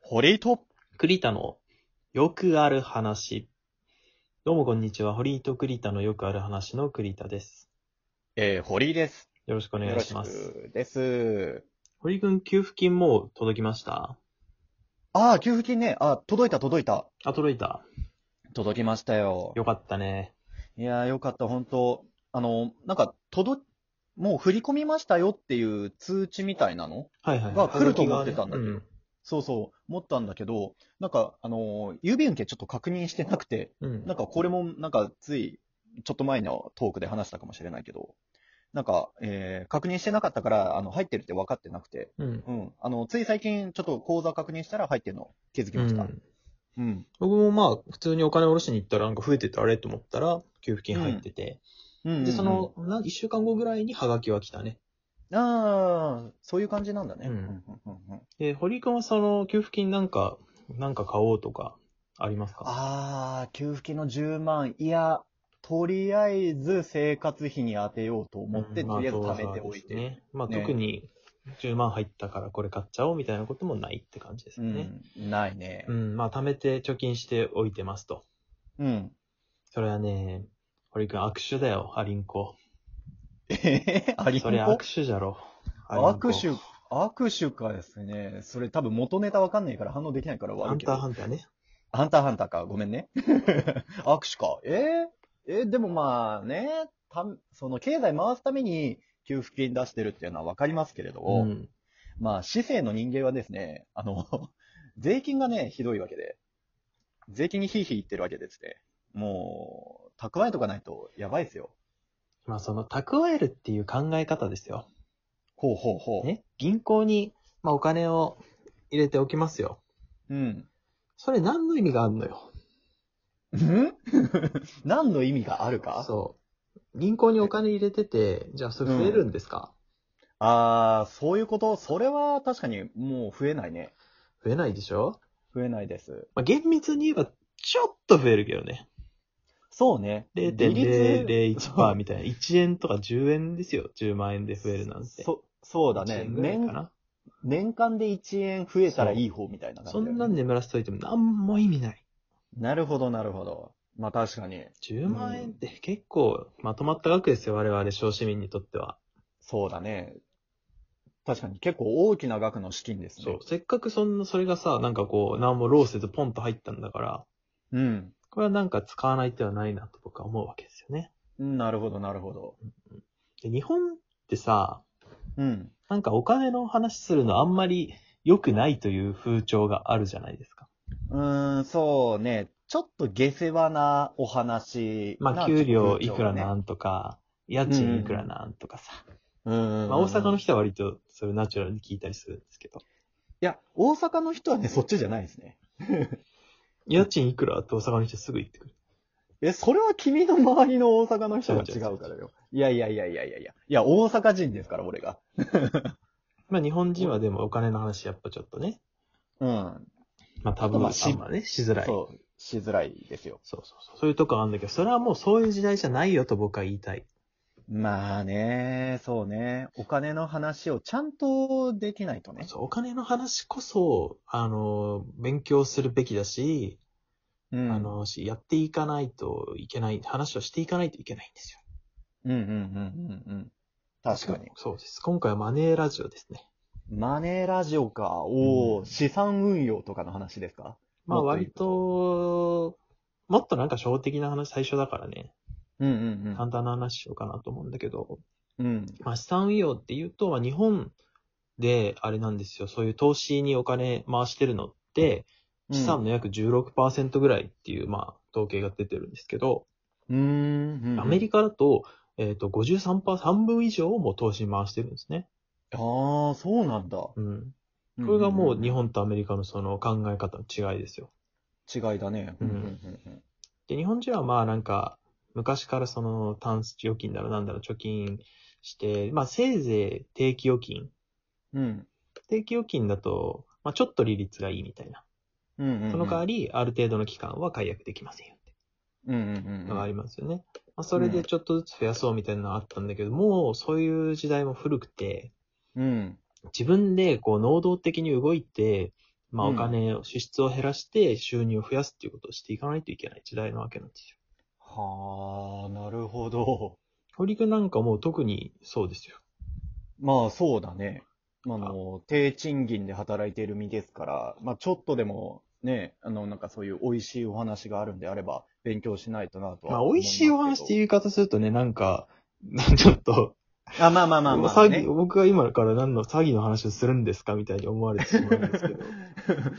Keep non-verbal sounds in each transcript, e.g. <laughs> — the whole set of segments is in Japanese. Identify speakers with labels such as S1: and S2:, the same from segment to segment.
S1: 堀井と、
S2: 栗田のよくある話。どうもこんにちは。堀井と栗田のよくある話の栗田です。
S1: えー、堀井です。
S2: よろしくお願いしま
S1: よろ
S2: す。
S1: しくです。
S2: 堀井くん、給付金もう届きました
S1: ああ、給付金ね。あー届いた、届いた。
S2: あ、届いた。
S1: 届きましたよ。
S2: よかったね。
S1: いやー、よかった、本当あの、なんか、届、もう振り込みましたよっていう通知みたいなの
S2: はいはい。
S1: が来ると思ってたんだ
S2: う
S1: けど
S2: ん。
S1: そうそう、持ったんだけど、なんか、あのー、郵便受けちょっと確認してなくて、
S2: うん。
S1: なんかこれも、なんかつい、ちょっと前のトークで話したかもしれないけど、なんか、えー、確認してなかったから、あの、入ってるって分かってなくて、
S2: うん。
S1: うん。あの、つい最近、ちょっと口座確認したら入ってるの気づき
S2: う
S1: ました。
S2: ん。
S1: うん。
S2: 僕もまあ、普通にお金下ろしに行ったらなんか増えてたあれと思ったら、給付金入ってて。
S1: うんうんうん
S2: で、そ、の、な一週間後ぐらいにハガキは来たね。
S1: ああ、そういう感じなんだね。
S2: うん
S1: うんうんうん
S2: で、堀井くんはその、給付金なんか、なんか買おうとか、ありますか
S1: ああ、給付金の10万、いや、とりあえず生活費に当てようと思って、
S2: うんま
S1: とりあえず貯めておい
S2: そうです
S1: て。
S2: ね。まあ、
S1: ね
S2: 特に10万入ったからこれ買っちゃおうみたいなこともないって感じです
S1: う
S2: よね。
S1: ん、ないね
S2: う。ん、まあ、貯めて貯金しておいてますと。
S1: うん。
S2: それはね、堀井くん握手だよ、アリンコ。
S1: えへへありん
S2: それ
S1: こ
S2: 握手じゃろ。アリンコ
S1: 握手、握手かですね。それ多分元ネタわかんないから反応できないから
S2: ハ
S1: 悪
S2: ン
S1: いけど。
S2: ターハンターね。
S1: ハンターハンターか。ごめんね。 <laughs> 握手か。えー、えーでもまあね、たその経済回すために給付金出してるっていうのはわかりますけれど、
S2: うん。
S1: まあ、市政の人間はですね、あの、 <laughs> 税金がね、ひどいわけで、税金にひいひい言ってるわけですね。もう、蓄えとかないとやばいですよ。
S2: まあ、その、蓄えるっていう考え方ですよ。
S1: ほうほうほう。
S2: ね。銀行に、まあ、お金を入れておきますよ。
S1: うん。
S2: それ何の意味があるのよ。
S1: ん <laughs> 何の意味があるか
S2: そう。銀行にお金入れてて、じゃあそれ増えるんですか、
S1: ああ、そういうこと、それは確かにもう増えないね。
S2: 増えないでしょ
S1: 増えないです。
S2: まあ、厳密に言えば、ちょっと増えるけどね。
S1: そうね。
S2: 0.001%みたいな。1円とか10円ですよ。10万円で増えるなんて。
S1: そ、そうだね。
S2: 1円ぐらいか
S1: 年、
S2: な
S1: 年間で1円増えたらいい方みたいな
S2: そ
S1: 感じだよね、
S2: んなん眠らせといても何も意味ない。
S1: なるほど、なるほど。まあ確かに。
S2: 10万円って結構まとまった額ですよ。我々、小市民にとっては。
S1: そうだね。確かに結構大きな額の資金ですね。
S2: そう。せっかくそんな、それがさ、なんかこう、何もローせずポンと入ったんだから、
S1: うん。
S2: これはなんか使わない手はないなと僕は思うわけですよね。
S1: なるほど、なるほど。
S2: で日本ってさ、
S1: うん。
S2: なんかお金の話するのあんまり良くないという風潮があるじゃないですか。
S1: うーん、そうね。ちょっと下世話なお話な。
S2: まあ、給料いくら
S1: ね
S2: なんとか、家賃いくらなんとかさ。
S1: うん。
S2: まあ、大阪
S1: 人。
S2: の
S1: い
S2: 人は割とそれナチュラルに聞いたりするんですけど。
S1: や、大阪の人はね、そっちじゃないですね。
S2: 家賃いくらって大阪の人すぐ言ってくる。
S1: え、それは君の周りの大阪の人が違うからよ。いやいやいやいやいやいや。いや、大阪人ですから、俺が。
S2: まあ、日本人はでもお金の話やっぱちょっとね、
S1: うん。
S2: まあ、タブーはあんまね、しづらい。そう
S1: そう、しづらいですよ。
S2: そうそう。そういうとこあるんだけど、それはもうそういう時代じゃないよと僕は言いたい。
S1: まあね、そうね。お金の話をちゃんとできないとね。
S2: そうお金の話こそ、あの、勉強するべきだし、
S1: うん
S2: あ、の、しやっていかないといけない、話をしていかないといけないんですよ。
S1: うんうんうんうんうん。確かに。
S2: そうです。今回はマネーラジオですね。
S1: マネーラジオか。おお、
S2: うん
S1: 資産運用とかの話ですか
S2: まあ
S1: もっといい
S2: 割と、もっとなんか初歩的な話、最初だからね、
S1: うん
S2: 簡単な話しようかなと思うんだけど、
S1: うんうん。うん。
S2: まあ資産運用っていうと、まあ日本であれなんですよ、そういう投資にお金回してるのって、資産の約16%ぐらいっていう、まあ統計が出てるんですけど、
S1: うん。うん。
S2: アメリ
S1: カ。
S2: カだと、えっ、と53%、半分以上をもう投資に回してるんですね。
S1: ああ、そうなんだ。こ
S2: うん。これがもう日本とアメリカのその考え方の違いですよ。
S1: 違いだね。
S2: うん
S1: んうん。
S2: で、日本人はまあなんか、昔からその、タンス預金だろなんだろ、貯金して、まあせいぜい定期預金。
S1: うん。
S2: 定期預金だと、まあちょっと利率がいいみたいな。
S1: うんうんうん。
S2: その代わり、ある程度の期間は解約できませんよって
S1: うんうん
S2: の
S1: う
S2: があ
S1: ん。
S2: りますよね。まあそれでちょっとずつ増やそうみたいなのがあったんだけど、もうそういう時代も古くて、
S1: うん。
S2: 自分でこう能動的に動いて、まあ
S1: うん
S2: お金を、支出を減らして収入を増やすっていうことをしていかないといけない時代なわけなんですよ。
S1: はあ、なるほど。
S2: 堀君なんかもう特にそうですよ。
S1: まあそうだね。まああの、低賃金で働いている身ですから、まあちょっとでもね、あの、なんかそういう美味しいお話があるんであれば、勉強しないとなと
S2: ま
S1: は
S2: あ
S1: 思
S2: 美味しいお話っていう
S1: う。
S2: 言い方するとね、なんか、 <laughs> なんちょっと、
S1: あ、まあまあまあまあ、ね
S2: 詐欺、。僕が今から何の詐欺の話をするんですかみたいに思われてしまうんですけど、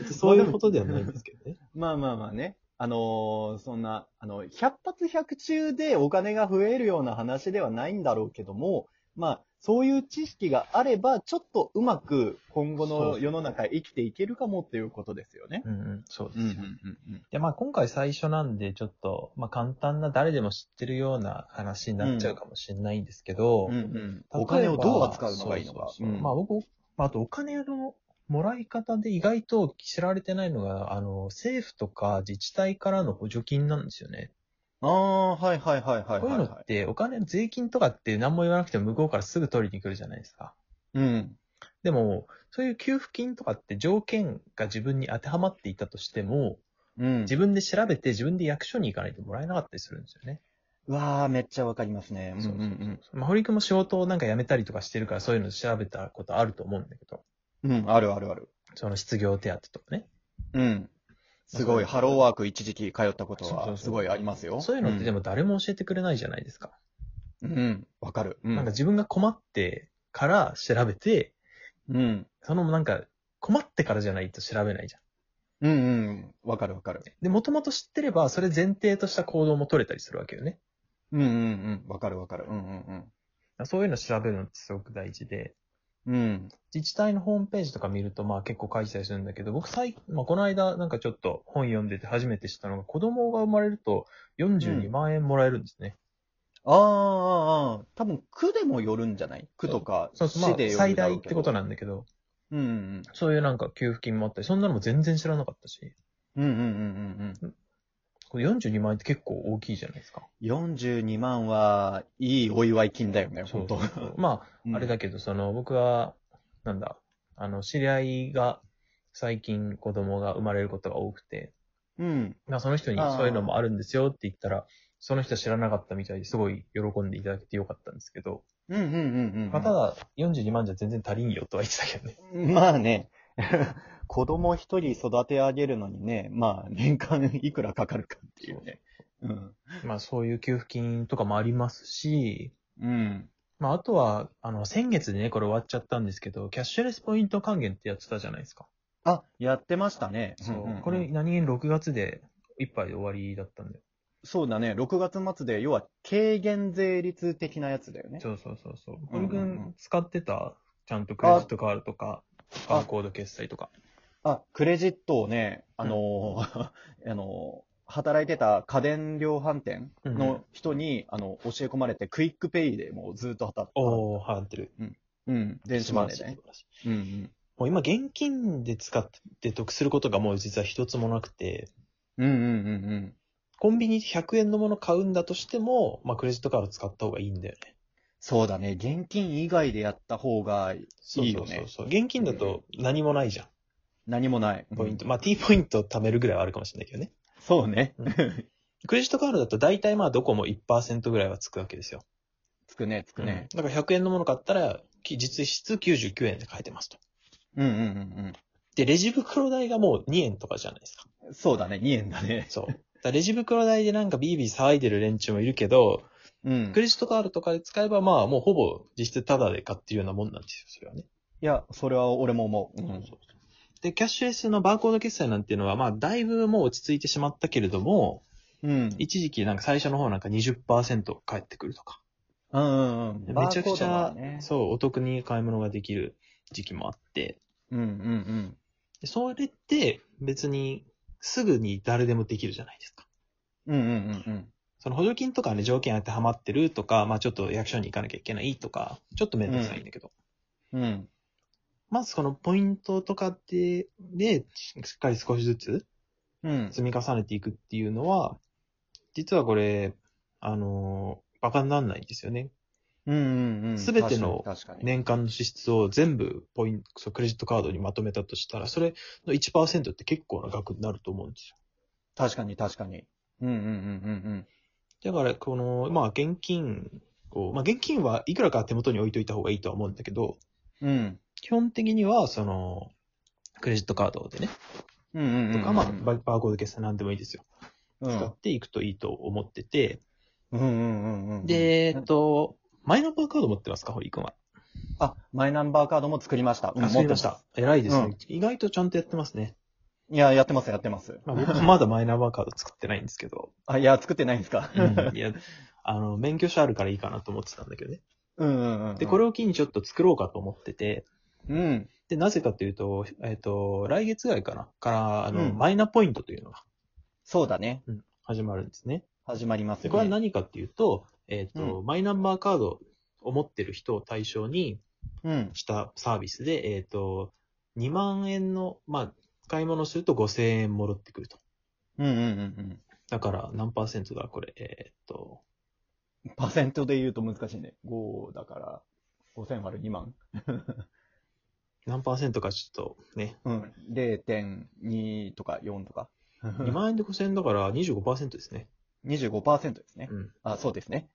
S1: <laughs>
S2: 別にそういうことではないんですけどね。
S1: まあまあまあね。あのーそんな、あの、百発百中でお金が増えるような話ではないんだろうけども、まあ、そういう知識があれば、ちょっとうまく今後
S2: そう
S1: の世の中生きていけるかもっていうことですよね。
S2: うんうん、そう
S1: うんうんうんうん。
S2: で、まあ今回最初なんで、ちょっと、まあ簡単な誰でも知ってるような話になっちゃうかもしれないんですけど、
S1: うんうん、
S2: 例えば
S1: お金をどう扱うのがいいのか。
S2: そうそうそうまあ僕、まあ、あとお金のもらい方で意外と知られてないのが、あの、政府とか自治体からの補助金なんですよね。
S1: ああ、はいはいはいはい
S2: こうい
S1: は
S2: う
S1: い
S2: の
S1: は
S2: っ
S1: い。
S2: て、お金、税金とかって何も言わなくても向こうからすぐ取りに来るじゃないですか。
S1: うん。
S2: でも、そういう給付金とかって条件が自分に当てはまっていたとしても、
S1: うん。
S2: 自分で調べて自分で役所に行かないともらえなかったりするんですよね。
S1: うわあ、めっちゃわかりますね。うん。
S2: そうそううんそううんまあ、堀君も仕事をなんか辞めたりとかしてるから、そういうの調べたことあると思うんだけど、
S1: うん、あるあるある。
S2: その失業手当とかね。
S1: うん。すごい、ハローワーク一時期通ったこと
S2: そうそう
S1: は、
S2: そう
S1: すごいありますよ。
S2: そういうのってで
S1: も。
S2: も誰も教えてくれないじゃないですか。
S1: うん、わかる。うん
S2: なんか自分が困ってから調べて、
S1: うん。
S2: そのなんか困ってからじゃないと調べないじゃん。
S1: うんうん。わかるわかる。
S2: で、もともと知ってれば、それ前提とした行動も取れたりするわけよね。
S1: うんうんうん。わかるわかる。うんうん
S2: そういうの調べるのってすごく大事で、
S1: うん。うん。
S2: 自治体のホームページとか見ると、まあ結構書いてたりするんだけど、僕最、まあこの間なんかちょっと本読んでて初めて知ったのが、子供が生まれると42万円もらえるんですね。
S1: あーあー、あー多分、区でもよるんじゃない区とか、
S2: そうそう、まあ
S1: 市でよる
S2: 最大ってこと
S1: な。
S2: なんだけど、
S1: うんうん
S2: そういうなんか給付金もあったり、そんなのも全然知らなかったし。
S1: うん。うんうんうんうんうん。
S2: これ42万円って結構大きいじゃないですか。
S1: 42万は、いいお祝い金だよね、
S2: そう
S1: 本当
S2: ま
S1: うん
S2: あ、あれだけど、その、僕は、なんだ、あの、知り合いが、最近子供が生まれることが多くて、
S1: うん。
S2: まあ、その人に
S1: あー
S2: そういうのもあるんですよって言ったら、その人は知らなかったみたいですごい喜んでいただけてよかったんですけど、
S1: うんうんうんうん。
S2: まあ、ただ、42万じゃ全然足りんよとは言ってたけどね。 <laughs>
S1: まあね、 <laughs> 子供一人育て上げるのにね、まあ年間いくらかかるかっていうね。うん。
S2: まあ、そういう給付金とかもありますし、
S1: うん。
S2: まあ、あとは、あの、先月でね、これ終わっちゃったんですけど、キャッシュレスポイント還元ってやってたじゃないですか。
S1: あ、やってましたね。
S2: そ
S1: んんん
S2: う。これ、何気に6月で一杯で終わりだったんだよ。
S1: そうだね、6月末で、要は軽減税率的なやつだよね。
S2: そうそうそうそう。
S1: うんうん
S2: 堀君使ってたちゃんとクレジットカードとか、
S1: あ
S2: バーコード決済とか。
S1: あ、クレジットをね、あのー <laughs> あのー働いてた家電量販店の人に、あの、教え込まれて、クイックペイでもうずっと働く。
S2: おお払ってる。
S1: うん、電子マネーで
S2: 素晴らしい
S1: ね。
S2: 素晴らしい
S1: うんうん。
S2: もう今、現金で使ってデトックすることがもう実は一つもなくて、
S1: うんうんうんうん。
S2: コンビニで100円のもの買うんだとしても、まあ、クレジットカード使った方がいいんだよね。
S1: そうだね。現金以外でやった方が
S2: そうそうそうそう。現金だと何もないじゃん。
S1: 何もない。
S2: ポイント。
S1: うん
S2: まあ、T ポイント貯めるぐらいはあるかもしれないけどね。
S1: そうね。
S2: クレジットカードだと大体まあどこも1%ぐらいはつくわけですよ。
S1: つくね、つくね。
S2: だから100円のもの買ったら、き実質99円で買えてますと。
S1: うんうんうん
S2: で、レジ袋代がもう2円とかじゃないですか。
S1: うん。そうだね。2円だね。
S2: そう。だからレジ袋代でなんかビービー騒いでる連中もいるけど、 <laughs>
S1: うん
S2: ク。レジットカードとかで使えばまあもうほぼ実質タダで買ってるようなもんなんですよ、それはね。
S1: いや、それは俺も思う。うん。
S2: で、キャッシュレスのバーコード決済なんていうのはまあだいぶもう落ち着いてしまったけれども、
S1: うん。
S2: 一時期なんか最初の方なんか20%返ってくるとか。
S1: うんうんうん。
S2: めちゃ
S1: バー
S2: くち
S1: コードは
S2: ゃ、
S1: ね
S2: そう、お得に買い物ができる時期もあって、
S1: うんうん
S2: でそれって別にすぐに誰でもできるじゃないですか。
S1: うん。うんうんうんうん。
S2: その補助金とかね、条件当てはまってるとか、まあちょっと役所に行かなきゃいけないとか、ちょっとめんどくさいんだけど、
S1: うん。
S2: まずこのポイントとかで、で、しっかり少しずつ
S1: うん。
S2: 積み重ねていくっていうのは、実はこれ、あのー、バカにならないんですよね。
S1: うんうんうんうん。
S2: 全ての
S1: 確かに確かに
S2: 年間の支出を全部ポイント、そうクレジットカードにまとめたとしたら、それの1%って結構な額になると思うんですよ。
S1: 確かに確かに。うんうんうんうん
S2: だから、この、まあ、現金を、まあ、現金はいくらか手元に置いといた方がいいとは思うんだけど、
S1: うん。うん。
S2: 基本的には、その、クレジットカードでね、
S1: うんうんうんうん。
S2: とか、まあ、ババーコード決済なんでもいいですよ。
S1: うん
S2: 使っていくといいと思ってて、
S1: うんうんうんうんうん。
S2: で、え
S1: う
S2: っ
S1: ん、
S2: と、マイナンバーカード持ってますか、堀井くんは。
S1: あ、マイナンバーカードも作りました。うん、
S2: 作りまし
S1: 持って
S2: た。偉いですね、
S1: うん
S2: 意外とちゃんとやってますね。
S1: ます。いや、やってます、やってます。
S2: まあ、僕はまだマイナンバーカード作ってないんですけど、
S1: <laughs> あ、いや、作ってないんですか。 <laughs>
S2: うんいや、あの、免許証あるからいいかなと思ってたんだけどね。
S1: うんうんうん。
S2: で、これ
S1: を、
S2: を機にちょっと作ろうかと思ってて、
S1: うん。
S2: で、なぜかというと、えっ、と、来月ぐらいかな、から、あの、
S1: うん
S2: マイナポイントというのが
S1: そうだね。
S2: 始まるんですね。
S1: 始まります
S2: で、
S1: ね。
S2: これは何かっていうと、えっ、と、
S1: う
S2: マイナンバーカードを持ってる人を対象に
S1: うん。
S2: したサービスで、えっ、と、2万円の、まあ、買い物すると5000円戻ってくると。
S1: うんうんうん
S2: だから、何パーセントだ、これ、えっ、と、
S1: うん。パーセントで言うと難しいね。5だから、5000割る2万。
S2: 何パーセントかちょっとね、
S1: うん。0.2とか4とか。
S2: 2万円で5000円だから25%ですね。
S1: 25%ですね。
S2: うん。
S1: あ、そうですね。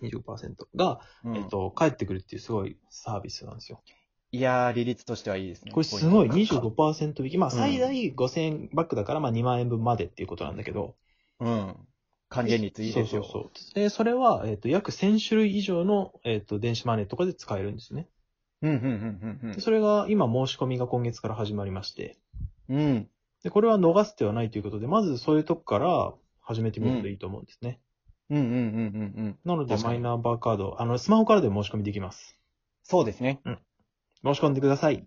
S2: 25%が、
S1: うん
S2: えっ、と、返ってくるっていうすごいサービスなんですよ。
S1: いやー、利率としてはいいですね。
S2: これすごい
S1: ポイントが。
S2: 25%引き。ま
S1: う
S2: あ
S1: ん
S2: 最大5000円バックだからまあ2万円分までっていうことなんだけど。
S1: うん。還元率いいですよ。
S2: そうそうそう。で、それは、えっ、と、約1000種類以上の、えっ、と、電子マネーとかで使えるんですね。
S1: うんうんうんうん
S2: でそれが今申し込みが今月から始まりまして。
S1: うん。うん。
S2: で、これは逃す手はないということで、まずそういうとこから始めてみるといいと思うんですね。
S1: うんうんうんうんうん。
S2: なので、
S1: 確か
S2: マ
S1: に
S2: イナンバーカード、あの、スマホからでも申し込みできます。
S1: そうですね。
S2: 申し込んでください。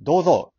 S1: どうぞ。